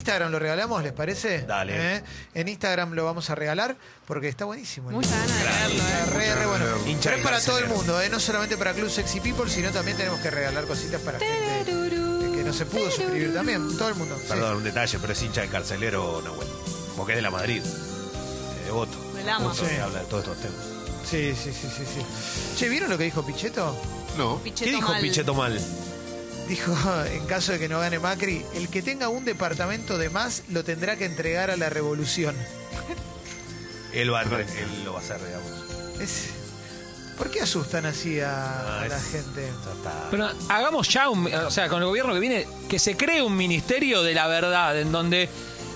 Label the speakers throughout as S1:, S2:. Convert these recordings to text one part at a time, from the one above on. S1: Instagram lo regalamos, ¿les parece?
S2: Dale.
S1: ¿Eh? En Instagram lo vamos a regalar porque está buenísimo. el
S3: Mucha
S1: libro.
S3: ganas de verlo,
S1: Está
S3: ¿eh?
S1: re, re bueno.
S2: Hincha
S1: Pero es
S2: de
S1: para
S2: Racing
S1: todo el
S2: Negra.
S1: mundo, ¿eh? no solamente para Club Sexy People, sino también tenemos que regalar cositas para gente
S3: Tururú.
S1: que no se pudo suscribir también. Todo el mundo. sí.
S2: Perdón, un detalle, pero es hincha de carcelero Nahuel. Porque es de la Madrid. Eh, De Devoto.
S3: Del ama.
S2: Devoto,
S1: Sí.
S2: que habla de todos estos temas.
S1: Sí, sí, sí, sí, sí. Che, ¿vieron lo que dijo Pichetto?
S4: No.
S3: Picheto
S2: ¿Qué dijo
S3: mal.
S2: Picheto mal?
S1: Dijo, en caso de que no gane Macri, el que tenga un departamento de más lo tendrá que entregar a la revolución.
S2: Él, va, él lo va a hacer, digamos.
S1: Es- ¿Por qué asustan así a,
S2: Ah,
S1: a la
S2: es-
S1: gente?
S2: Ya está.
S5: Pero hagamos ya, un- o sea, con el gobierno que viene, que se cree un ministerio de la verdad, en donde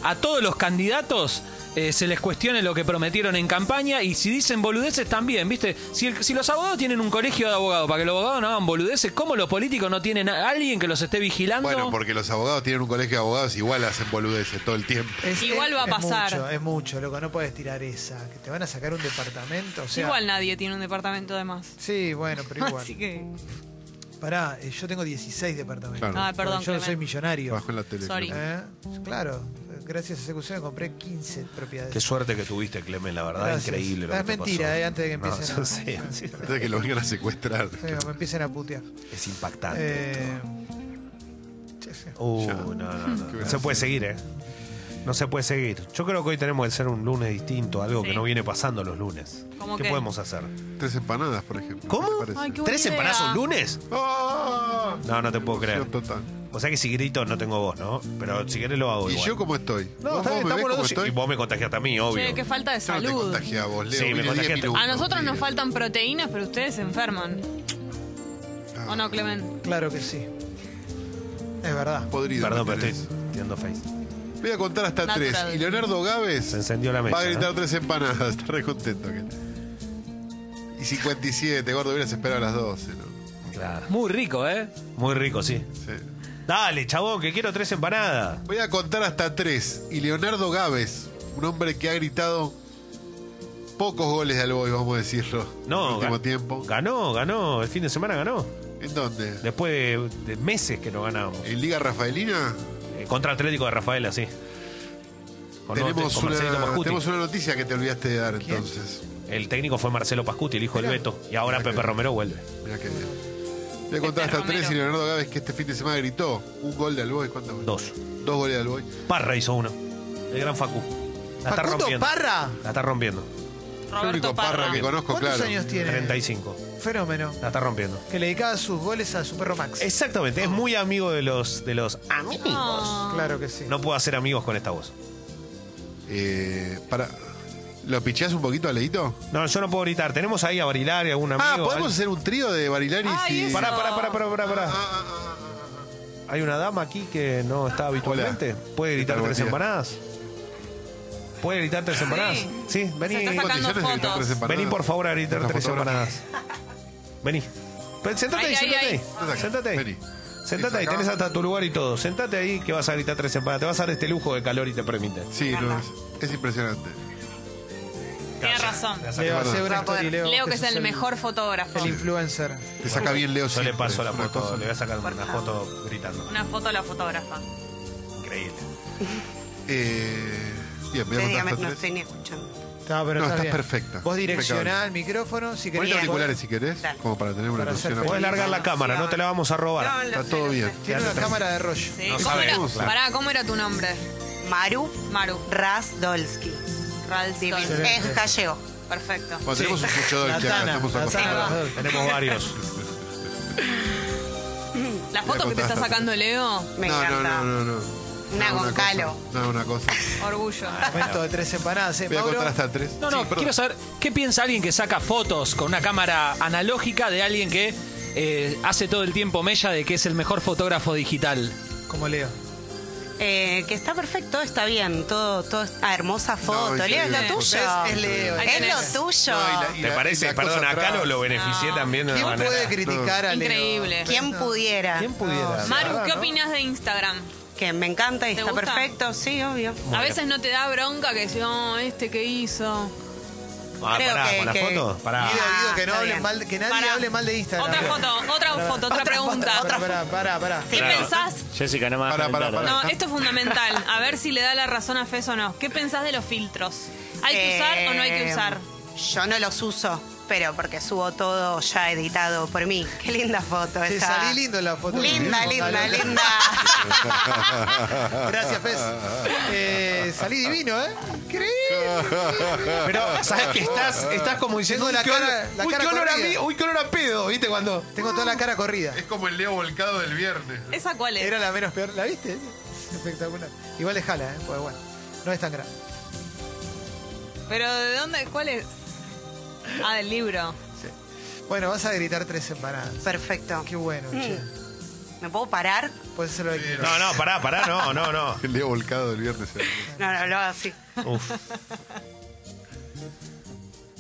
S5: a todos los candidatos eh, se les cuestione lo que prometieron en campaña y si dicen boludeces también, ¿viste? Si, el- si los abogados tienen un colegio de abogados para que los abogados no hagan boludeces, ¿cómo los políticos no tienen a alguien que los esté vigilando?
S4: Bueno, porque los abogados tienen un colegio de abogados igual hacen boludeces todo el tiempo.
S1: Es-
S3: Igual
S1: es-
S3: va a pasar.
S1: Es mucho, es mucho, loco, no puedes tirar esa. Que te van a sacar un departamento. O sea,
S3: Igual nadie tiene un departamento de más.
S1: Sí, bueno, pero igual.
S3: Así que.
S1: Pará, eh, yo tengo 16 departamentos.
S4: Claro.
S3: Ah, perdón.
S1: yo no soy
S3: Clemente.
S1: millonario.
S4: Trabajo en la tele.
S3: Sorry.
S4: Clemente.
S1: ¿Eh? Claro, gracias a esa ecuación compré 15 propiedades.
S2: Qué suerte que tuviste, Clemen, la verdad,
S1: Gracias.
S2: increíble. Lo
S1: Es
S2: que te
S1: mentira,
S2: pasó.
S1: eh, antes de que
S2: No,
S1: empiecen
S2: yo
S1: a-
S2: sé, sí,
S4: Antes de que lo vengan a secuestrar.
S1: Sí, me empiecen a putear.
S2: es impactante.
S1: Eh,
S2: Uh,
S4: Ya.
S2: no, no, no.
S4: ¿Qué
S2: No se puede seguir, ¿eh? No se puede seguir. Yo creo que hoy tenemos que hacer un lunes distinto, algo que
S3: Sí.
S2: no viene pasando los lunes.
S3: ¿Cómo
S2: ¿Qué
S3: qué?
S2: podemos hacer?
S4: Tres empanadas, por ejemplo.
S2: ¿Cómo?
S4: ¿Qué te parece?
S3: Ay, qué bu-
S2: ¿Tres
S3: idea.
S2: empanazos lunes?
S4: ¡Ah!
S2: No, no te puedo creer.
S4: Emoción total.
S2: O sea que si grito no tengo voz, ¿no? Pero si querés lo hago
S4: ¿Y
S2: igual.
S4: yo cómo estoy?
S2: No,
S4: ¿Vos,
S2: está bien,
S4: vos me ves
S2: estamos los
S4: cómo
S2: dos.
S4: estoy?
S2: Y vos me contagiaste a mí,
S3: Che,
S2: obvio.
S3: qué falta de
S4: Yo no te
S3: salud.
S4: contagié a vos, Leo.
S2: Sí, me
S4: Vino diez
S2: contagiaste.
S4: minutos,
S3: a nosotros nos
S4: pibe.
S3: faltan proteínas, pero ustedes se enferman.
S4: Ah,
S3: ¿O no, Clemen?
S1: claro que sí. Es verdad.
S4: Podrido.
S2: Perdón,
S4: me
S2: pero
S4: tenés.
S2: estoy tirando face.
S4: Voy a contar hasta
S3: Natural.
S4: tres. Y Leonardo Gávez
S2: Se encendió la
S4: va a
S2: mecha,
S4: gritar
S2: ¿no?
S4: tres empanadas. Está re contento. que- Y 57, gordo, hubieras esperado a las 12, ¿no?
S2: Claro.
S5: Muy rico, ¿eh?
S2: Muy rico, sí.
S4: Sí.
S2: Dale, chabón, que quiero tres empanadas.
S4: Voy a contar hasta tres. Y Leonardo Gávez, un hombre que ha gritado pocos goles de Alboy, vamos a decirlo. En el
S2: No,
S4: último
S2: ga-
S4: tiempo.
S2: ganó, ganó. El fin de semana ganó.
S4: ¿En dónde?
S2: Después de, de meses que no ganábamos.
S4: ¿En Liga Rafaelina?
S2: Eh, contra Atlético de Rafaela, sí. Con-
S4: Tenemos
S2: con Marcelito
S4: una,
S2: Pascuti.
S4: tenemos una noticia que te olvidaste de dar entonces.
S2: El técnico fue Marcelo Pascuti, el hijo del Beto. Y ahora
S4: Mirá
S2: Pepe
S4: que-
S2: Romero vuelve.
S4: Mirá qué bien. Voy a contar
S3: Pepe
S4: hasta tres y
S3: Romero.
S4: Leonardo Gávez que este fin de semana gritó un gol de Alboy. ¿Cuántos goles?
S2: Dos.
S4: Dos goles de Alboy.
S2: Parra hizo uno. El gran Facu. La está
S1: Facundo
S2: rompiendo.
S1: Parra.
S2: La está rompiendo.
S4: El único
S3: Roberto
S4: parra,
S3: Parra.
S4: que conozco,
S1: ¿Cuántos
S4: claro.
S1: años tiene?
S2: 35.
S1: Fenómeno.
S2: La está rompiendo.
S1: Que le dedicaba sus goles a su perro Max.
S2: Exactamente. Es muy amigo de los, de los amigos.
S3: Ah.
S1: Claro que sí.
S2: No puedo hacer amigos con esta voz.
S4: Eh, para, ¿Lo picheás un poquito a Leito?
S2: No, yo no puedo gritar. Tenemos ahí a Barilari, algún amigo.
S4: Ah, ¿podemos Ah,
S2: algo?
S4: hacer un trío de Barilari?
S3: Ay,
S4: y
S3: eso.
S2: Pará, pará, pará, pará, pará, pará. Hay una dama aquí que no está habitualmente. ¿Puede gritar
S4: ah, ¿Qué tal,
S2: tres
S4: buen día?
S2: empanadas? ¿Puede gritar tres empanadas? Sí,
S3: Se
S2: vení.
S3: está sacando fotos.
S2: Vení por favor a gritar
S4: Esta
S2: tres
S4: fotógrafa.
S2: empanadas. Vení. Pero sentate ahí,
S3: Ay, ay,
S2: sentate ahí.
S3: ay.
S2: Sentate ahí.
S4: Vení.
S2: Sentate ahí,
S4: Acá.
S2: tenés hasta tu lugar y todo. Sentate ahí que vas a gritar tres empanadas. Te vas a dar este lujo de calor y te permite.
S4: Sí, no, es, es impresionante.
S3: Tienes razón.
S1: Leo, hacé una story, Leo,
S3: Leo, que es
S1: sos
S3: el mejor fotógrafo.
S1: El influencer.
S4: Te saca bien Leo
S2: Yo le
S4: siempre,
S2: paso la
S4: es una
S2: foto,
S4: cosa.
S2: le voy a sacar una foto gritando.
S3: Una foto a la fotógrafa.
S2: Increíble.
S4: Eh, bien, voy a
S6: Ustedes
S4: contar hasta
S6: dígame, no
S4: tres.
S6: estoy ni escuchando.
S1: No, Ah, pero
S4: No, estás
S1: bien.
S4: perfecta.
S1: Vos direccioná
S4: Impecable.
S1: al micrófono si querés.
S4: Ponete
S6: Bien.
S4: auriculares si querés,
S6: Dale.
S4: como para tener una
S1: Para ser
S4: noción.
S1: feliz.
S2: Puedes largar la cámara, no te la vamos a
S6: No,
S2: robar.
S6: lo
S4: Está
S6: sé,
S4: todo
S6: lo
S4: bien.
S6: sé.
S1: Tiene una
S2: Quédate
S1: cámara de rollo.
S3: Sí.
S2: No
S3: ¿Cómo
S2: sabe.
S3: era?
S2: No sabe.
S3: Pará, ¿cómo era tu nombre?
S6: Maru
S3: Maru.
S6: Rasdolski.
S3: Ralston.
S6: Divino. Es gallego.
S3: Perfecto.
S4: Bueno, tenemos un escuchador
S1: La
S4: que acá
S1: Tana.
S4: estamos
S1: La Tana
S4: acostumbrados.
S1: Rasdol.
S2: Tenemos varios.
S3: La foto que te está sacando Leo,
S6: Me
S4: no, no,
S6: encanta.
S4: no, no, no.
S6: Una
S4: No,
S6: Goncalo.
S4: cosa. No, una cosa.
S3: orgullo.
S1: Momento de tres empanadas, ¿eh,
S4: Voy a
S1: Mauro?
S4: contar hasta tres.
S5: No,
S4: Sí,
S5: no,
S4: perdón.
S5: quiero saber, ¿qué piensa alguien que saca fotos con una cámara analógica de alguien que eh, hace todo el tiempo mella de que es el mejor fotógrafo digital?
S1: Como Leo.
S6: Eh, que está perfecto, está bien. Todo, todo está hermosa foto. Leo, es
S4: increíble.
S6: lo tuyo.
S1: Es- es Leo.
S3: Ahí
S6: Es
S3: tenés.
S6: lo tuyo.
S4: No, y la- y
S2: ¿Te
S4: la- y
S2: parece?
S4: la
S2: Perdón,
S4: cosa
S2: acá
S4: atrás.
S2: lo, lo beneficié también de una
S1: ¿Quién
S2: manera.
S1: puede criticar a Leo?
S3: Increíble.
S6: ¿Quién pudiera?
S2: ¿Quién pudiera?
S3: Maru, ¿qué
S2: ¿no?
S3: opinas de Instagram?
S6: Que me encanta y
S3: ¿Te
S6: está
S3: gusta?
S6: perfecto. Sí, obvio.
S3: A veces no te da bronca que decís, no, este que "Oh, hizo.
S2: Ah,
S6: Creo
S2: pará,
S6: que-
S2: ¿Con la
S6: que-
S2: foto? Pará.
S1: Guido,
S6: Ah,
S1: Guido, que, no
S6: está
S1: hablen
S6: bien.
S1: mal, que nadie
S3: Pará.
S1: hable mal de Instagram.
S3: Otra foto, otra foto, otra pregunta.
S1: Otra, pará, pará, pará.
S3: ¿Qué
S7: Claro.
S3: pensás?
S7: Jessica, no más.
S4: Pará, pará,
S7: comentar.
S4: pará.
S3: No, esto es fundamental. A ver si le da la razón a Fez o no. ¿Qué pensás de los filtros? ¿Hay que usar o no hay que
S6: Eh,
S3: usar?
S6: Yo no los uso, pero porque subo todo ya editado por mí. Qué linda foto
S1: Te
S6: esa.
S1: salí lindo en la foto.
S6: Linda,
S1: Sí,
S6: linda,
S1: dale.
S6: linda.
S1: Gracias, Pez. Eh, salí divino, ¿eh? Increíble.
S2: Pero, ¿sabes que estás, estás como diciendo
S1: Tengo la
S2: uy, qué
S1: cara-
S2: olor-
S1: la
S2: uy,
S1: cara
S2: qué olor a
S1: corrida.
S2: mí, uy, qué olor a pedo, ¿viste? Cuando.
S1: Tengo toda la cara corrida.
S4: Es como el Leo volcado del viernes.
S3: ¿Esa cuál es?
S1: Era la menos peor. ¿La viste? Espectacular. Igual le jala, ¿eh? Pues bueno, no es tan grave.
S3: ¿Pero de dónde? ¿Cuál es? Ah, del libro.
S1: Bueno, vas a gritar tres empanadas.
S6: Perfecto.
S1: Qué bueno, che.
S6: ¿Me puedo parar?
S1: Puedes hacerlo de aquí.
S2: No, no, pará, pará, no, no, no.
S4: El Leo volcado del viernes. eh.
S6: No, no, lo hago así.
S2: Uf.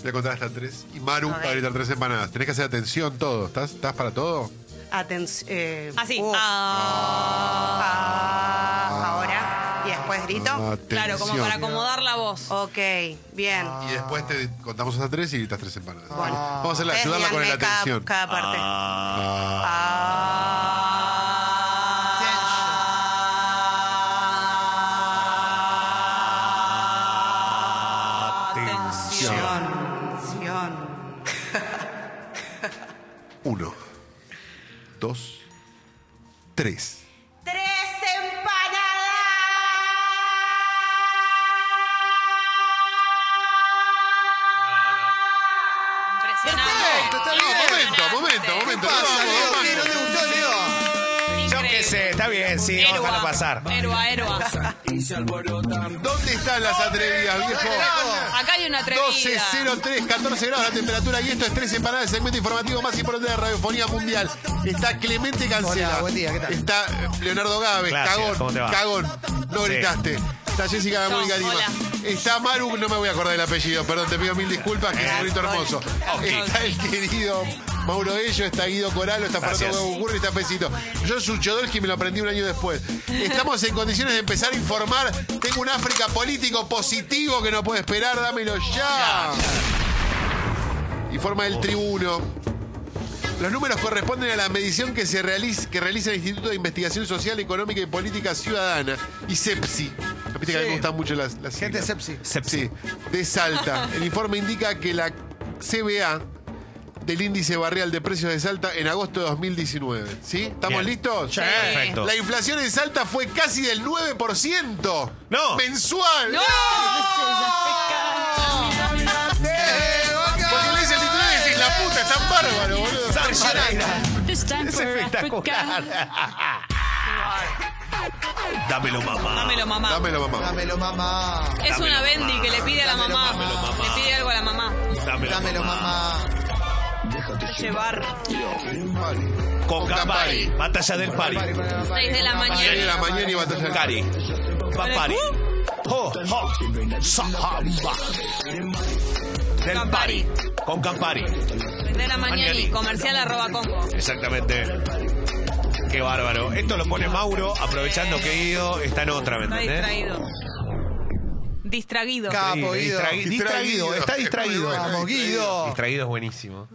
S4: Voy a contar hasta tres. Y Maru
S6: A ver.
S4: para gritar tres empanadas. Tenés que hacer atención todo. ¿Estás, estás para todo?
S6: Atención.
S3: Así.
S6: uh,
S1: Oh.
S3: Ah.
S6: ahora. Y después
S4: Ah.
S6: grito.
S3: claro, como para
S4: Atención.
S3: acomodar la voz.
S6: Ok, bien.
S1: Ah.
S4: Y después te contamos hasta tres y gritas tres empanadas.
S3: Ah.
S6: Bueno.
S4: Vamos a hacerla,
S6: Ustedes
S4: ayudarla con la
S6: díganme cada-
S4: atención.
S6: Cada, parte.
S4: Ah.
S6: Atención.
S4: Uno, dos, tres.
S6: ¡Tres empanadas!
S3: Impresionante.
S4: No, momento, momento, momento.
S1: Pasa, Leo,
S4: Vamos,
S1: ¿qué? ¿No
S4: vamos.
S1: te gustó, Leo?
S2: Yo qué sé, está bien, sí, vamos a dejarlo pasar.
S3: Héroa, héroa.
S4: ¿Dónde están las atrevidas, viejo?
S3: Acá hay una atrevida.
S4: 12.03, 14 grados la temperatura y esto es 13 empanadas, el segmento informativo más importante de la radiofonía mundial. Está Clemente Cancela.
S1: Hola, buen día, ¿qué tal?
S4: Está eh, Leonardo Gávez,
S2: Gracias, ¿cómo
S4: cagón,
S2: te va?
S4: cagón, no
S2: Sí.
S4: gritaste. Está Jessica
S3: No,
S4: Gamónica Lima.
S3: hola.
S4: Está Maru, no me voy a acordar el apellido, perdón, te pido mil disculpas, que es un grito hermoso. Está el querido Mauro Ello, está Guido Coralo, está
S2: Gracias.
S4: Fernando Gugurri, está Pesito. Yo soy Chodolski y me lo aprendí un año después. Estamos en condiciones de empezar a informar. Tengo un África político positivo que no puede esperar, dámelo ya. Informa el tribuno. Los números corresponden a la medición que, se realiza, que realiza el Instituto de Investigación Social, Económica y Política Ciudadana, ISEPSI. Viste que a
S1: Sí.
S4: mí me gustan mucho las, las
S1: Gente
S4: siglas.
S1: sepsi.
S4: Sí, de Salta. El informe indica que la CBA del índice barrial de precios de Salta en agosto de 2019. ¿Sí? ¿Estamos
S2: Bien.
S4: listos?
S2: Sí. Perfecto.
S4: La inflación en Salta fue casi del 9%.
S2: No.
S4: Mensual.
S3: ¡No!
S4: Porque lees el titular y decís, la puta, están bárbaro, boludo.
S2: Es espectacular. Dámelo, mamá.
S3: Dámelo, mamá.
S4: Dámelo, mamá.
S1: Dámelo, mamá.
S3: Es una
S2: Dámelo,
S3: Bendy
S2: mamá.
S3: que le pide a la
S1: Dámelo,
S3: mamá.
S1: mamá.
S3: Le pide algo a la mamá.
S2: Dámelo,
S1: Dámelo, mamá.
S3: Llevar.
S2: Con Campari. Batalla del Pari.
S3: 6 de la
S4: Seis de
S3: mañana.
S4: la mañana y batalla del
S2: Cari. Papari. Ho, ho. Sahamba. Del Pari. Con Campari.
S3: 6 de la mañana y comercial arroba congo.
S2: Exactamente. Qué bárbaro. Esto lo pone Mauro aprovechando que Guido está en otra, ¿me
S3: Está
S2: entendés?
S3: distraído. Distraído.
S1: Capo, Guido.
S2: Distraí- Distraído, está distraído.
S1: Vamos, Guido.
S2: Distraído es buenísimo.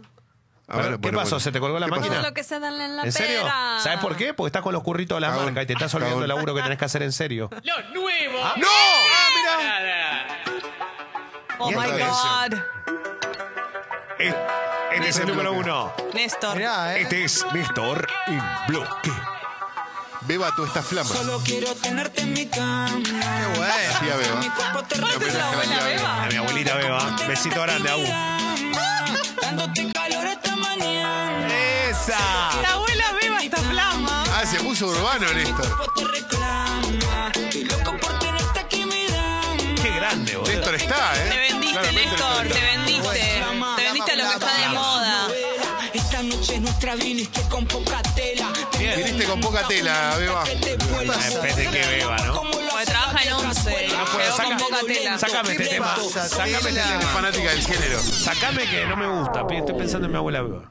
S4: A ver,
S2: Pero, ¿Qué
S4: bueno,
S2: pasó?
S4: bueno.
S2: ¿Se te colgó la
S4: ¿Qué pasó?
S2: máquina?
S3: Todo lo que se dan en la
S2: ¿En serio?
S3: pera.
S2: ¿Sabes por qué? Porque estás con los curritos de la
S4: Cagón.
S2: marca y te estás olvidando
S4: Cagón.
S2: del laburo que tenés que hacer en serio.
S7: Los nuevos.
S2: Ah,
S4: ¡No! ¡Ah,
S3: Oh
S4: Y
S3: my
S4: otra
S3: God.
S2: Este, es el número uno.
S3: Néstor.
S1: Mirá, ¿eh?
S2: Este es Néstor en bloque.
S4: mirá! Beba tú esta flama. Sí,
S8: quiero tenerte en mi cama.
S1: Qué bueno.
S4: a ¿eh? Beba.
S3: ¿Esta es la abuela Beba?
S2: A mi abuelita Beba. Besito grande, Abu.
S8: Dándote calor esta mañana.
S2: ¡Esa!
S3: La abuela Beba está flama.
S4: Ah, se puso urbano en esto.
S8: Te reclama. Y loco por tenerte aquí, mi dama.
S2: ¡Qué grande, boludo!
S4: Néstor está, ¿eh?
S3: Te vendiste,
S4: Claramente
S3: Néstor. Te
S4: está.
S3: vendiste. Te vendiste a lo que está de moda.
S8: Esta noche nuestra viniste con poca tela.
S2: Bien.
S4: Viniste con poca tela, Beba.
S2: Pensé que Beba, ¿no?
S3: Porque trabaja en 11. Quedó
S2: saca-
S3: con poca tela.
S2: Sácame este
S1: ¿Qué
S2: tema.
S1: pasa,
S2: Sácame este
S1: Tela?
S2: tema.
S4: Fanática del género.
S2: Sácame que no me gusta. pe- Estoy pensando en mi abuela Beba.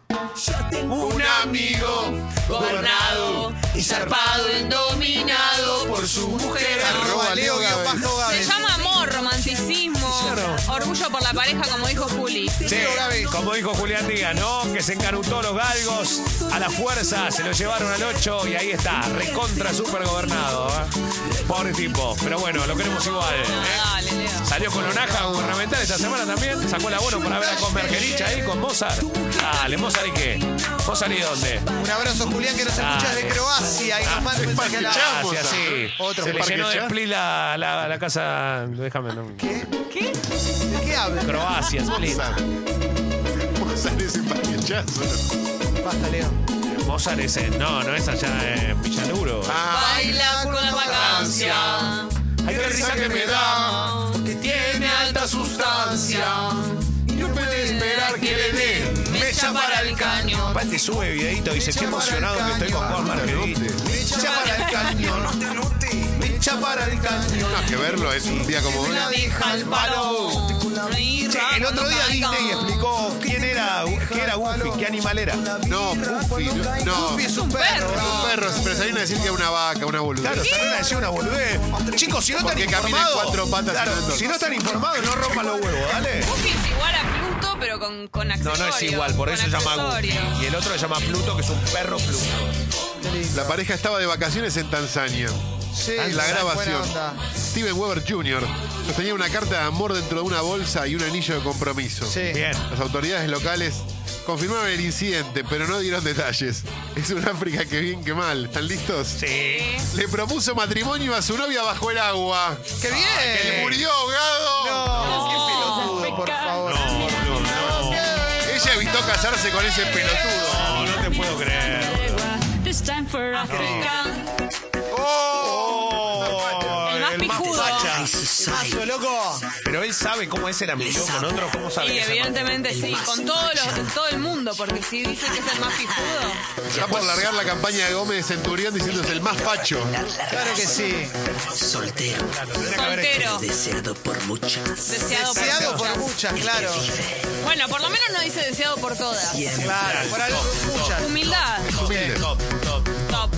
S4: Un amigo
S3: Gobernado y zarpado, indominado por su mujer.
S1: Arroba Leo
S4: Arroba Leo
S1: Guido
S4: Gávez.
S1: Bajo
S3: Se
S1: Gávez.
S3: llama amor, romanticismo, orgullo orgullo por la pareja, como dijo Juli.
S2: Sí,
S1: Gaby.
S2: como dijo Julián Díaz, ¿no? Que se encarutó los galgos a la fuerza, se lo llevaron al 8 y ahí está, recontra super gobernado. ¿eh? Pobre tipo, pero bueno, lo queremos igual. ¿eh?
S3: Dale, Leo.
S2: Salió con onaja gubernamental esta semana también, sacó el abono para hablar con Mergerich ahí, con Mozart. Dale, Mozart y qué? ¿Mozart y dónde?
S1: Un abrazo, Julián, que nos escuchas de
S2: Dale.
S1: Croacia. Y nos manda un mensaje a la-
S4: Chao,
S2: Gracias,
S4: Mozart.
S2: sí.
S1: Otro
S2: Se le
S1: parque
S2: llenó de
S4: ya.
S2: split la, la- la casa. Déjame, no.
S3: ¿Qué?
S1: ¿De qué habla?
S2: Croacia, split.
S4: Mozart. Mozart es empaquechazo.
S1: Basta, Leo.
S2: Mozart es. en- No, no es allá en Villaluro.
S3: Baila con la vacancia.
S2: Ay, qué risa que me da.
S4: que tiene alta sustancia. Y no puede esperar que le dé.
S3: Me para el caño.
S7: Aparte sube videito, dice, estoy emocionado que estoy con vos, Margarita.
S4: Me echa para el cañón. Me echa para el cañón. No, que verlo es un día como hoy.
S3: Una vieja al palo.
S7: Che, el otro día Disney explicó quién era, qué era Goofy, qué animal era.
S4: No, Puffy. No, no.
S1: Puffy
S4: Es
S1: es un perro.
S4: un perro, pero salieron a decir que es una vaca, una boludez.
S7: Claro, también decía una boludez. Chicos, si no están
S4: Porque camina en
S7: informados.
S4: cuatro patas
S7: claro,
S4: andando.
S7: si no están informados, no rompan los huevos, dale.
S3: Goofy es igual a Pluto, pero con, con
S2: No,
S3: accesorios.
S2: no es igual, por eso se
S3: con
S2: llama Goofy.
S3: accesorios.
S2: Y el otro se llama Pluto, que es un perro Pluto.
S4: La pareja estaba de vacaciones en Tanzania.
S1: Sí,
S4: En la grabación.
S1: Buena onda.
S4: Steven Weber Jr. sostenía una carta de amor dentro de una bolsa y un anillo de compromiso.
S1: Sí.
S2: Bien.
S4: Las autoridades locales confirmaron el incidente, pero no dieron detalles. Es un África que bien que mal. ¿Están listos?
S2: Sí.
S4: Le propuso matrimonio a su novia bajo el agua.
S1: ¡Qué bien!
S4: Él murió ahogado.
S1: No, qué pelotudo, por favor.
S4: Ella evitó casarse con ese pelotudo.
S2: No, no te puedo creer.
S9: This time for
S3: Ah, Africa.
S2: ¡Oh!
S3: El más pijudo.
S2: facha.
S1: Mazo, loco!
S2: Pero él sabe cómo es el amigo con otro, ¿cómo sabe?
S3: Sí,
S2: que es
S3: evidentemente sí, con todos los, todo el mundo, porque si dice que es el más pijudo.
S4: Está por largar la campaña de Gómez de Centurión diciendo es el más facho.
S1: Claro que sí.
S8: Soltero,
S3: Soltero,
S8: deseado por muchas.
S3: deseado,
S1: Deseado
S3: por
S1: por muchas, claro.
S3: Bueno, por lo menos no dice deseado por todas.
S1: Claro, Ah, por algo muchas.
S3: Humildad.
S4: Humilde.
S3: Top, top, top.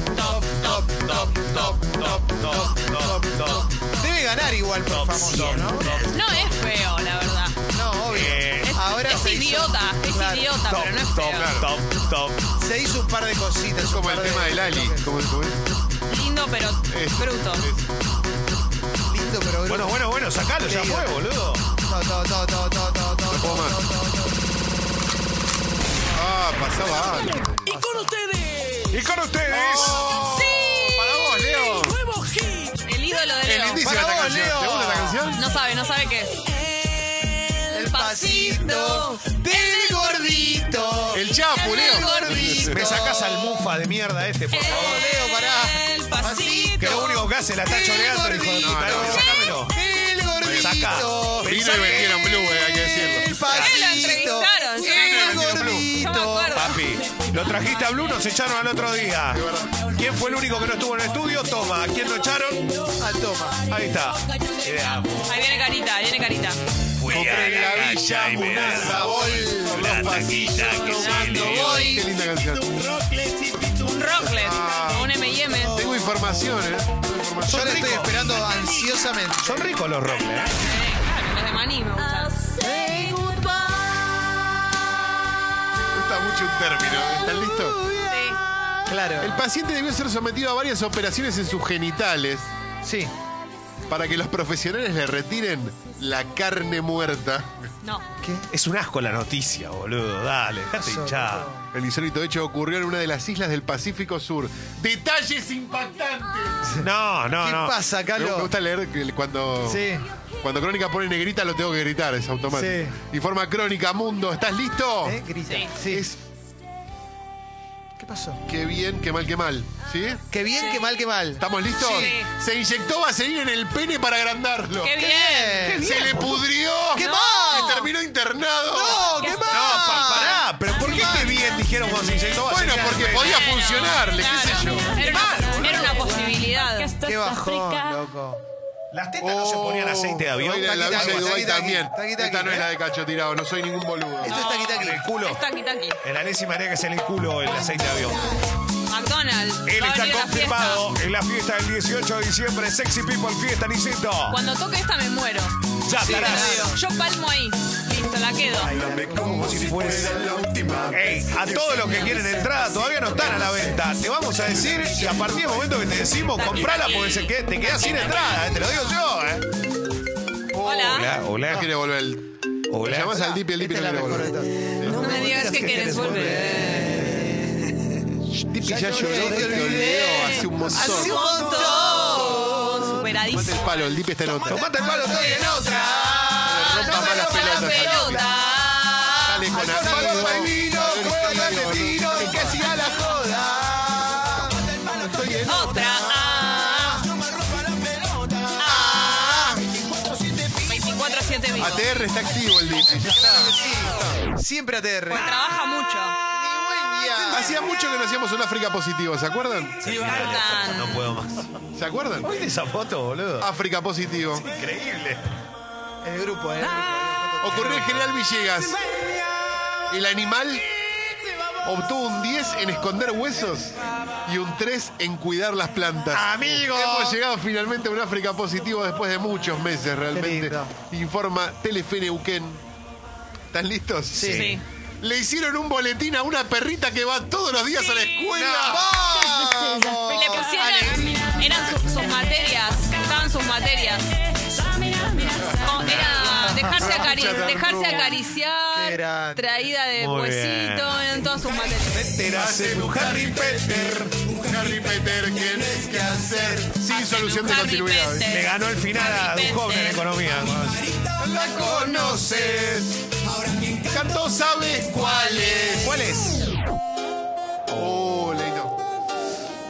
S1: Debe ganar igual por famoso, ¿no?
S3: No es feo, la verdad.
S1: No, obvio.
S3: Eh, Es,
S1: Ahora
S3: es
S1: se hizo-
S3: idiota, es
S1: Claro.
S3: idiota, pero no es feo.
S2: top, top.
S1: Se hizo un par de cositas.
S4: Como el tema
S1: del
S4: del Ali. Como el, como el-
S3: Lindo, pero
S4: Es-
S3: bruto.
S1: Lindo, pero bruto.
S2: Bueno, bueno, bueno, sacalo, ya fue, boludo.
S1: Todo, todo, todo, todo, todo, todo, todo,
S4: puedo más.
S1: todo, todo, todo.
S4: Ah, pasaba algo.
S8: Y con ustedes,
S2: Y con ustedes.
S3: ¡Sí!
S4: Para vos, Leo.
S8: nuevo hit.
S3: El ídolo de
S4: Es
S3: Leo.
S4: lindísima esta
S1: Para vos,
S4: canción.
S1: Leo.
S4: ¿Te gusta esta canción?
S3: No sabe, no sabe qué es.
S1: El pasito del gordito.
S4: El Chapu, Leo.
S3: El gordito.
S7: Me sacás al mufa de mierda este, por favor.
S1: Leo, pará.
S3: El
S7: Que
S3: pasito.
S7: lo único que hace la está
S1: El
S7: choreando, hijo de
S1: gordito.
S7: puta.
S4: No, no.
S7: Sácamelo.
S1: El
S7: Sacá.
S1: gordito.
S4: Vino y vendieron blue, eh, hay que
S1: El
S4: decirlo.
S3: lo
S1: pasito.
S3: entrevistaron, sí.
S1: El
S3: Yo me
S1: gordito.
S3: acuerdo.
S7: Papi, lo trajiste a Blue, nos echaron al otro día. ¿Quién fue el único que no estuvo en el estudio? Toma, ¿a quién lo echaron?
S1: Ah, toma.
S7: Ahí está. Era
S3: Ahí viene carita, ahí viene carita.
S7: Fui a
S4: Compré la villa,
S7: y me da
S4: mudanza, bol.
S7: la taquita que se
S4: Cuando
S7: le-
S4: voy. Qué linda canción.
S3: Un rocklet, un M&M.
S4: Tengo información, ¿eh? Tengo
S1: Yo
S4: información.
S1: la estoy esperando ansiosamente.
S7: Son ricos los rockles, ¿eh?
S3: Eh, claro, los de Maní me gustan.
S4: Me gusta mucho un término. ¿Están listos?
S3: Sí.
S1: Claro.
S4: El paciente debió ser sometido a varias operaciones en sus genitales
S1: Sí.
S4: para que los profesionales le retiren la carne muerta.
S3: No.
S7: Es un asco la noticia, boludo. Dale, dejate hinchar.
S4: El insólito hecho ocurrió en una de las islas del Pacífico Sur. ¡Detalles impactantes!
S7: No, no,
S1: ¿Qué
S7: no.
S1: pasa,
S4: Me me
S1: Calo?
S4: gusta leer que el- cuando...
S1: Sí.
S4: Cuando Crónica pone negrita lo tengo que gritar, es automático.
S1: Sí.
S4: Informa Crónica Mundo, ¿estás listo?
S1: ¿Eh? Grita.
S3: Sí.
S1: Sí.
S4: Es
S1: ¿Qué pasó?
S4: qué bien, qué mal, qué mal. ¿Sí?
S1: Qué bien, qué mal, qué mal.
S4: ¿Estamos listos?
S3: Sí.
S4: Se inyectó vaselina en el pene para agrandarlo.
S3: ¡Qué bien!
S1: bien.
S4: Se le pudrió.
S1: ¡Qué
S4: No.
S1: mal!
S4: Y terminó internado.
S1: ¡No, qué mal!
S3: No,
S7: No, pa- pará, pero ¿por qué te bien dijeron cuando se inyectó?
S4: Bueno,
S7: Vaselina?
S4: porque podía funcionarle, qué sé yo.
S3: Era una, era una posibilidad.
S1: ¡Qué bajón, loco!
S7: Las tetas no se ponían aceite de avión.
S4: Voy a ir a Oh, la
S1: Taqui,
S4: Villa de
S1: taqui,
S4: Dubái
S1: taqui, taqui,
S4: también.
S1: taqui, taqui,
S4: Esta no
S1: ¿eh?
S4: es la de cacho tirado, no soy ningún boludo.
S1: Esto es
S7: En el
S1: taquitaqui.
S7: culo.
S3: Es taqui taqui.
S7: En la enésima negra que se le culo el aceite de avión.
S3: McDonald's.
S7: Él
S3: va a
S7: está
S3: venir a la
S7: confirmado
S3: fiesta.
S7: en la fiesta del 18 de diciembre. Sexy People Fiesta, Niceto.
S3: Cuando toque esta me muero.
S10: Ya, tarás.
S3: Yo palmo ahí. Listo, la quedo.
S2: Como si fuese. Ey, a todos los que quieren entrada todavía no están a la venta. Te vamos a decir y a partir del momento que te decimos, comprala porque se que- te quedas sin entrada. eh, Te lo digo yo, ¿eh?
S3: Hola.
S10: Hola, hola.
S4: No quiere volver. el-
S10: Hola.
S4: Le llamás al Dipi, el Dipi no
S1: Esta es la
S4: quiere
S1: mejor de
S4: volver.
S1: todas.
S3: No me digas que querés volver.
S4: Dipi ya lloró, te olvidó hace un
S3: Hace un
S4: montón.
S3: montón.
S4: Mate el
S3: Superadísimo.
S4: palo, el Dipi está en otra.
S2: Tomate el palo, estoy en otra.
S4: rompa
S2: No me
S4: más las
S2: rompa
S4: pelotas,
S2: las
S4: Dipi.
S3: Pelota.
S4: Sale
S2: Con
S4: con
S2: el palo
S4: amigos,
S2: soy vino,
S4: con el
S2: con el
S4: frío,
S2: tiro,
S4: no-
S2: que siga la joda. Estoy en
S3: Otra. Ah. Ah. 24-7 vivo.
S4: ATR está activo el Dipi, ya está.
S1: Siempre ATR.
S3: Trabaja mucho.
S4: Hacía mucho que no hacíamos un África positivo, ¿se acuerdan?
S3: Cortan.
S2: No puedo más.
S4: ¿Se acuerdan?
S2: ¿Viste esa foto, boludo?
S4: África positivo.
S2: Increíble.
S1: El grupo, ¿eh?
S4: Ocurrió en General Villegas. El animal obtuvo un 10 en esconder huesos y un 3 en cuidar las plantas.
S2: Amigo.
S4: Hemos llegado finalmente a un África positivo después de muchos meses realmente.
S1: lindo.
S4: Informa Telefe Neuquén. ¿Están listos?
S3: Sí.
S4: Le hicieron un boletín a una perrita que va todos los días a la escuela.
S3: Y Le pusieron. Eran su- sus materias. Estaban sus materias. No, Era dejarse, acari- dejarse
S1: Qué
S3: acariciar.
S1: grande.
S3: Traída de
S2: Muy
S3: huesito. Eran todas sus materias.
S2: Te hace un Harry Petter.
S4: Un Harry Peter, ¿qué es que hacer? Sin solución de
S3: Harry
S4: continuidad.
S3: Petter.
S2: Le ganó el final a
S3: Harry
S2: Duhovne en
S3: Petter.
S2: economía.
S4: La conoces. Canto sabes cuál es.
S2: ¿Cuál es?
S4: Oh, lindo.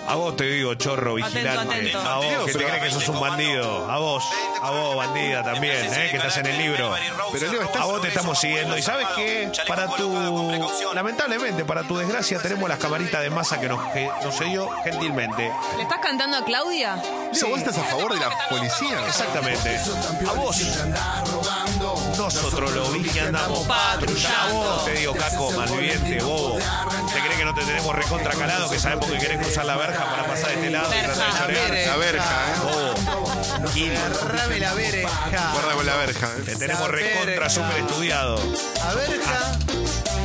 S2: A vos te digo, chorro,
S3: Atento,
S2: vigilante.
S3: atento.
S2: A vos, que te crees que sos un bandido. A vos, a vos, bandida también, ¿eh? que estás en el libro.
S4: Pero, Leo, estás-
S2: A vos te estamos siguiendo. Y sabes qué? Para tu. Lamentablemente, para tu desgracia, tenemos las camaritas de masa que nos, que nos cedió gentilmente.
S3: ¿Le estás cantando a Claudia?
S4: Leo, ¿vos estás a favor de la policía?
S2: Exactamente. A vos. Nosotros lo vi que andamos patrulla. A vos, te digo, caco, malviviente, bobo. ¿Te crees que no te tenemos recontracalado? Que sabemos que querés cruzar la verja para pasar de este lado y tratar de llorar.
S4: La verja, ¿eh?
S2: Bobo. Gil.
S1: Agarrame la verja.
S4: Guarda con la verja,
S2: Te
S4: ¿eh?
S2: tenemos recontra, súper estudiado.
S1: A verja.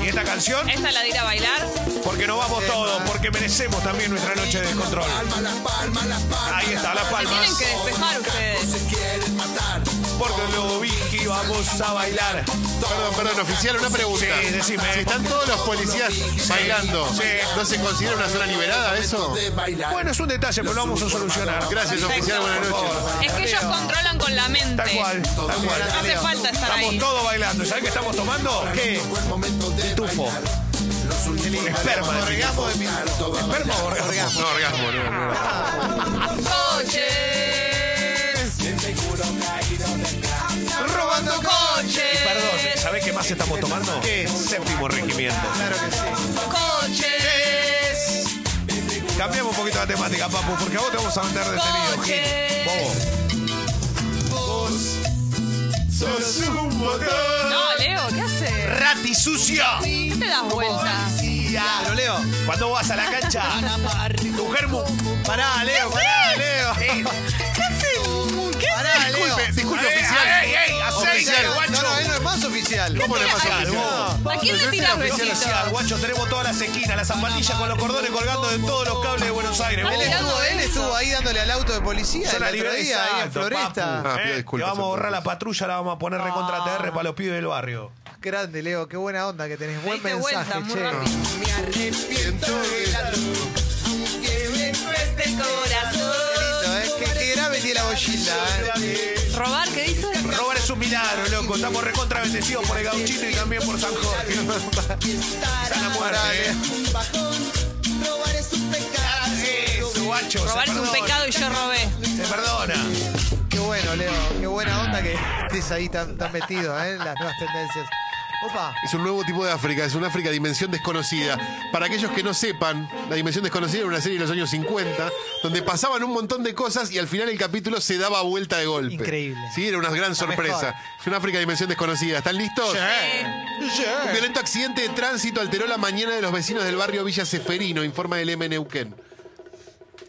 S2: ¿Y esta canción?
S3: Esta la de ir a bailar.
S2: Porque nos vamos todos, porque merecemos también nuestra noche de control. Ahí está, las
S3: Se tienen
S2: palmas.
S3: que despejar ustedes.
S2: Porque lo vi que vamos a bailar.
S4: Perdón, perdón, oficial, una pregunta.
S2: Sí, decime.
S4: Si están todos los policías bailando,
S2: Sí.
S4: ¿no se considera una zona liberada eso?
S2: Bueno, es un detalle, pero lo vamos a solucionar.
S4: Gracias, oficial, buenas noches.
S3: Es que ellos controlan con la mente.
S2: Tal cual, tal cual.
S3: No hace falta estar
S2: Estamos
S3: ahí.
S2: todos bailando. ¿Sabes qué estamos tomando? ¿Qué? Pitufo. Esperma. de pitufo. Esperma o orgasmo.
S4: No, orgasmo, no, no.
S3: Coches.
S2: Robando
S3: Coches.
S2: Perdón, ¿sabés qué más estamos tomando?
S1: ¿Qué?
S2: Séptimo regimiento.
S1: Claro que sí.
S3: Coches.
S2: Cambiamos un poquito la temática, papu, porque a vos te vamos a meter detenido. Gil.
S3: Coches.
S2: Bobo.
S4: Sos un botón.
S3: No, Leo, ¿qué haces?
S2: ¡Rati sucio!
S3: ¿Qué te das vuelta?
S1: Claro, Leo.
S2: Cuando vas a la cancha, tu germo. Pará, Leo, pará, Leo.
S1: Pará, Leo.
S4: Disculpe, disculpe,
S2: Ey,
S4: oficial.
S2: ¡Ey, ey!
S1: Oficial.
S2: ¡Aceite,
S1: No,
S2: guacho!
S1: no, él no es más oficial.
S4: ¿Cómo le pasa
S2: Claro,
S4: oficial?
S2: vos.
S3: ¿A quién le
S4: Yo soy
S3: tiras
S4: oficial,
S3: besitos?
S2: Oficial, guacho, tenemos todas las esquinas, las zapatillas con los cordones colgando de todos los cables de Buenos Aires.
S3: Ah,
S2: vos.
S1: Él
S3: mirá.
S1: estuvo, él estuvo ahí dándole al auto de policía
S2: Yo
S1: el
S2: la
S1: otro
S2: libré
S1: día, ahí en
S2: exacto,
S1: Floresta.
S2: papu.
S4: Ah,
S2: Eh,
S4: pido
S2: Le
S4: disculpas,
S2: vamos a borrar la
S4: entonces.
S2: patrulla, la vamos a poner recontra TR para los pibes del barrio.
S1: Grande, Leo. Qué buena onda que tenés. Buen
S3: Te diste vuelta
S1: mensaje,
S3: muy
S1: che.
S3: rápido. Este corazón.
S1: Lindo, ¿eh? Qué, qué grave tiene la bollita, ¿eh?
S3: ¿Robar qué dice?
S2: Robar es un milagro, loco. Estamos recontra bendecidos por el gauchito y también por San Jorge. Sana muerte. eh. Ah, eso, guacho, se
S3: Robar es un
S2: perdona,
S3: pecado y yo robé.
S2: Se perdona.
S1: Qué bueno, Leo. Qué buena onda que estés ahí tan, tan metido, ¿eh? en Las nuevas tendencias. Opa.
S4: Es un nuevo tipo de África, es un África de dimensión desconocida. Para aquellos que no sepan, La Dimensión Desconocida era una serie de los años 50, donde pasaban un montón de cosas y al final el capítulo se daba vuelta de golpe.
S1: Increíble.
S4: Sí, era una gran sorpresa.
S1: mejor.
S4: Es un África de dimensión desconocida. ¿Están listos? Un violento accidente de tránsito alteró la mañana de los vecinos del barrio Villa Seferino, informa el M Neuquén.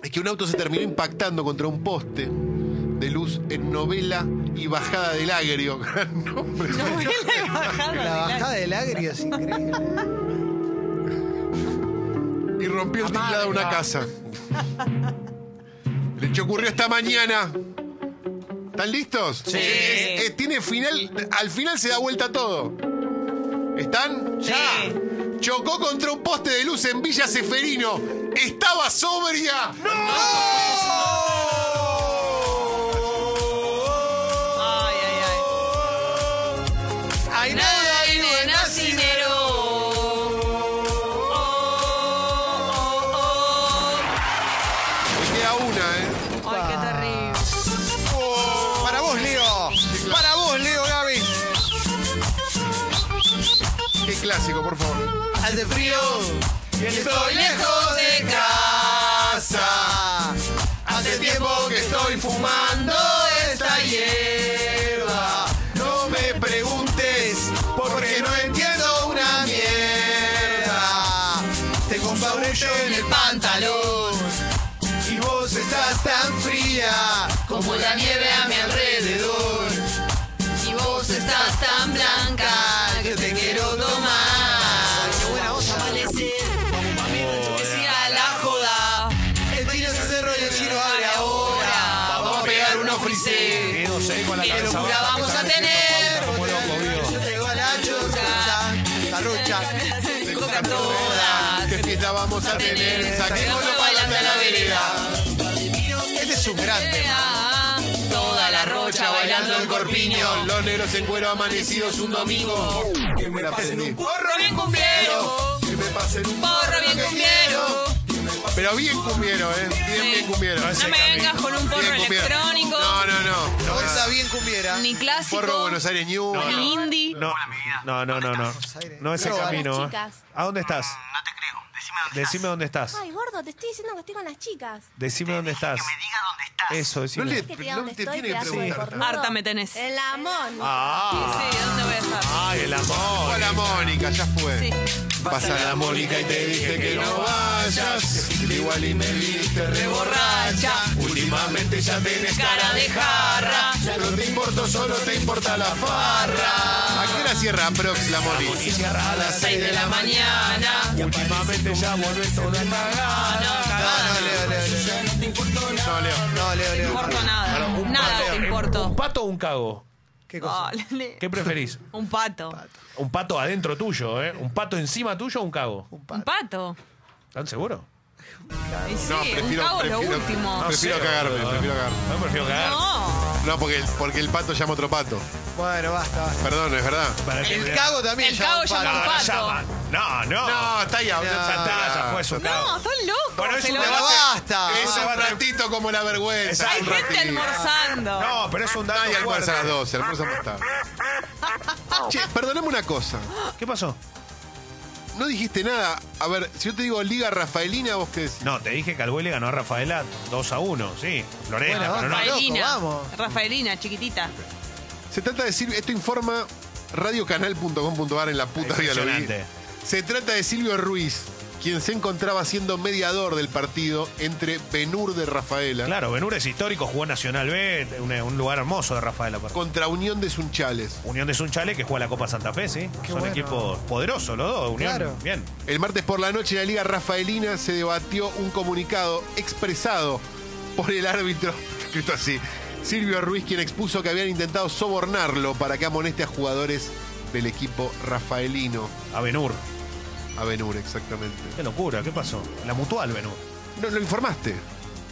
S4: Es que un auto se terminó impactando contra un poste de luz en novela y bajada del agrio. Gran nombre.
S1: La bajada del agrio es increíble.
S4: Y rompió el teclado de una casa. Le que ocurrió esta mañana. ¿Están listos? Sí. tiene final. Al final se da vuelta todo. ¿Están?
S6: Sí.
S4: Chocó contra un poste de luz en Villa Seferino. Estaba sobria.
S3: Ay, ay, ay.
S1: Ay,
S3: Nada en el nacinero.
S4: Me queda una, ¿eh?
S3: Ay, qué terrible.
S1: Para vos, Leo. Para vos, Leo Gaby.
S4: Qué clásico, por favor.
S1: Hace frío.
S4: Estoy
S1: lejos de
S4: casa. Hace tiempo que estoy fumando esta hierba. No me preguntes porque no entiendo una mierda. Te compro en el pantalón y vos estás tan fría como la nieve a mi alrededor.
S3: Y vos estás tan blanca que te quiero tomar. Qué buena voz, amanecer. Que siga la joda.
S1: El chino se cerró y el chino abre ahora.
S3: Vamos a pegar unos frisés.
S2: Quedo seis con la
S3: Qué
S2: cabeza
S3: locura
S2: baja,
S3: vamos
S2: que
S3: a
S2: están
S3: tener.
S2: haciendo pausa como
S1: Yo
S2: loco, vivo.
S1: traigo a la chorcha. La rocha.
S3: Coca toda.
S4: ¿Qué fiesta vamos a tener? Saquémoslo
S3: bailando
S4: para
S3: a
S4: la vereda.
S1: Este es un gran tema.
S3: Toda la rocha bailando el corpiño.
S4: Los negros en cuero amanecidos un domingo. Que me pasen un
S3: Porro bien cumbiero.
S4: Que me pasen un
S3: Porro bien cumbiero.
S4: Pero bien cumbiero, ¿eh?
S3: Sí.
S4: Bien, bien cumbiero.
S3: No me vengas con un porro
S4: Bien cumbiero.
S3: electrónico.
S4: No, no, no.
S1: Onda bien cumbiera.
S3: Ni clásico.
S4: Porro Buenos Aires New.
S3: ni indie.
S2: No, no, no, no, no. No es el
S1: Droga.
S2: camino. ¿eh?
S9: Chicas.
S2: ¿A dónde estás?
S11: No te creo. Decime dónde
S2: Decime dónde estás.
S9: Ay, gordo, te estoy diciendo que estoy con las chicas.
S2: Decime dónde estás.
S11: estás. Diga dónde estás.
S2: Eso,
S4: No,
S2: decime.
S4: le,
S9: Que te diga
S4: no
S9: dónde
S4: te
S9: estoy,
S4: tiene que
S9: pedazo de
S4: preguntar.
S9: cornudo.
S3: Harta me tenés.
S9: En la mon.
S2: Ah,
S3: Eh, Sí, ¿dónde voy a estar?
S2: ay, el amor.
S4: Hola Mónica, ya fue.
S3: Sí.
S4: Pasa la Mónica y te dije que no vayas. Igual y me viste reborracha. Últimamente ya tenés
S3: Cara de jarra.
S4: Ya no te importo, solo te importa la farra. ¿A qué hora cierra Prox la Mónica?
S2: A las
S3: Seis de la mañana.
S2: Últimamente ya volvés toda cagada.
S1: No, Leo, Leo, Leo.
S4: No, Leo.
S1: No, Leo,
S3: No
S1: Leo.
S3: importo nada. Nada te importo.
S2: ¿Un pato o un cago?
S1: ¿Qué cosa?
S2: ¿Qué preferís?
S3: Un pato.
S2: Un pato adentro tuyo, ¿eh? ¿Un pato encima tuyo o un cago?
S1: Un
S3: Un
S1: pato.
S3: pato.
S2: ¿Están seguros?
S3: Y sí,
S4: No, prefiero,
S3: un cago es lo
S4: prefiero,
S3: último.
S4: prefiero
S2: sé,
S4: cagarme,
S2: boludo.
S4: prefiero cagarme.
S2: No, prefiero cagar.
S3: No.
S4: No, porque el, porque el pato llama a otro pato.
S1: Bueno, basta, basta.
S4: Perdón, es verdad.
S2: Para que-
S1: El cago también.
S3: El
S1: llama
S3: cago
S1: un
S3: llama
S2: No,
S1: pato.
S3: un
S2: no
S3: pato.
S2: llama. No, no.
S4: No, está ya.
S2: Ya está, ya fue su cago.
S3: No, son locos.
S2: Bueno, es
S3: se
S2: un
S3: lo-
S2: debate.
S1: Pero basta.
S4: Es
S2: Ah,
S4: un ratito como la vergüenza.
S3: Hay
S4: un
S3: gente
S4: ratito.
S3: almorzando.
S2: No, pero es un dato
S4: Nadie almuerza a las
S2: fuerte.
S4: 12, almuerza más tarde. Che, perdóname una cosa.
S2: ¿Qué pasó?
S4: No dijiste nada. A ver, si yo te digo Liga Rafaelina, vos qué decís.
S2: No, te dije que Albué le ganó a Rafaela 2 a 1, sí. Lorena,
S1: Bueno,
S2: pero no.
S1: Rafael.
S3: Rafaelina.
S1: Loco, vamos.
S3: Rafaelina, chiquitita.
S4: Se trata de decir, esto informa radiocanal.com.ar en la puta vida lo vi.
S2: Impresionante.
S4: Se trata de Silvio Ruiz, quien se encontraba siendo mediador del partido entre Benur de Rafaela
S2: Claro, Benur es histórico, jugó en Nacional B, un, eh, un lugar hermoso de Rafaela. aparte.
S4: contra Unión de Sunchales.
S2: Unión de Sunchale que juega la Copa Santa Fe, sí.
S1: Qué
S2: Son
S1: bueno.
S2: equipos poderosos los dos, Unión.
S1: Claro.
S2: Bien.
S4: El martes por la noche en la Liga Rafaelina se debatió un comunicado expresado por el árbitro, escrito así, Silvio Ruiz, quien expuso que habían intentado sobornarlo para que amoneste a jugadores del equipo rafaelino.
S2: A Benur.
S4: A Benur, exactamente.
S2: Qué locura, ¿qué pasó? La mutual Benur.
S4: No lo informaste.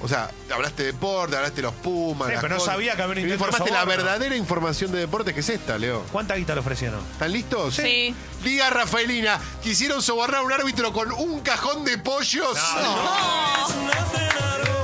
S4: O sea, hablaste de deporte, hablaste de los Pumas.
S2: Sí,
S4: las
S2: pero no
S4: cosas.
S2: sabía que había un
S4: Pero
S2: intento de
S4: informaste la
S2: soborno.
S4: verdadera información de deporte que es esta, Leo.
S2: ¿Cuánta guita le ofrecieron?
S4: ¿Están listos?
S3: Sí.
S4: Liga Rafaelina, quisieron sobornar a un árbitro con un cajón de pollos.
S2: No.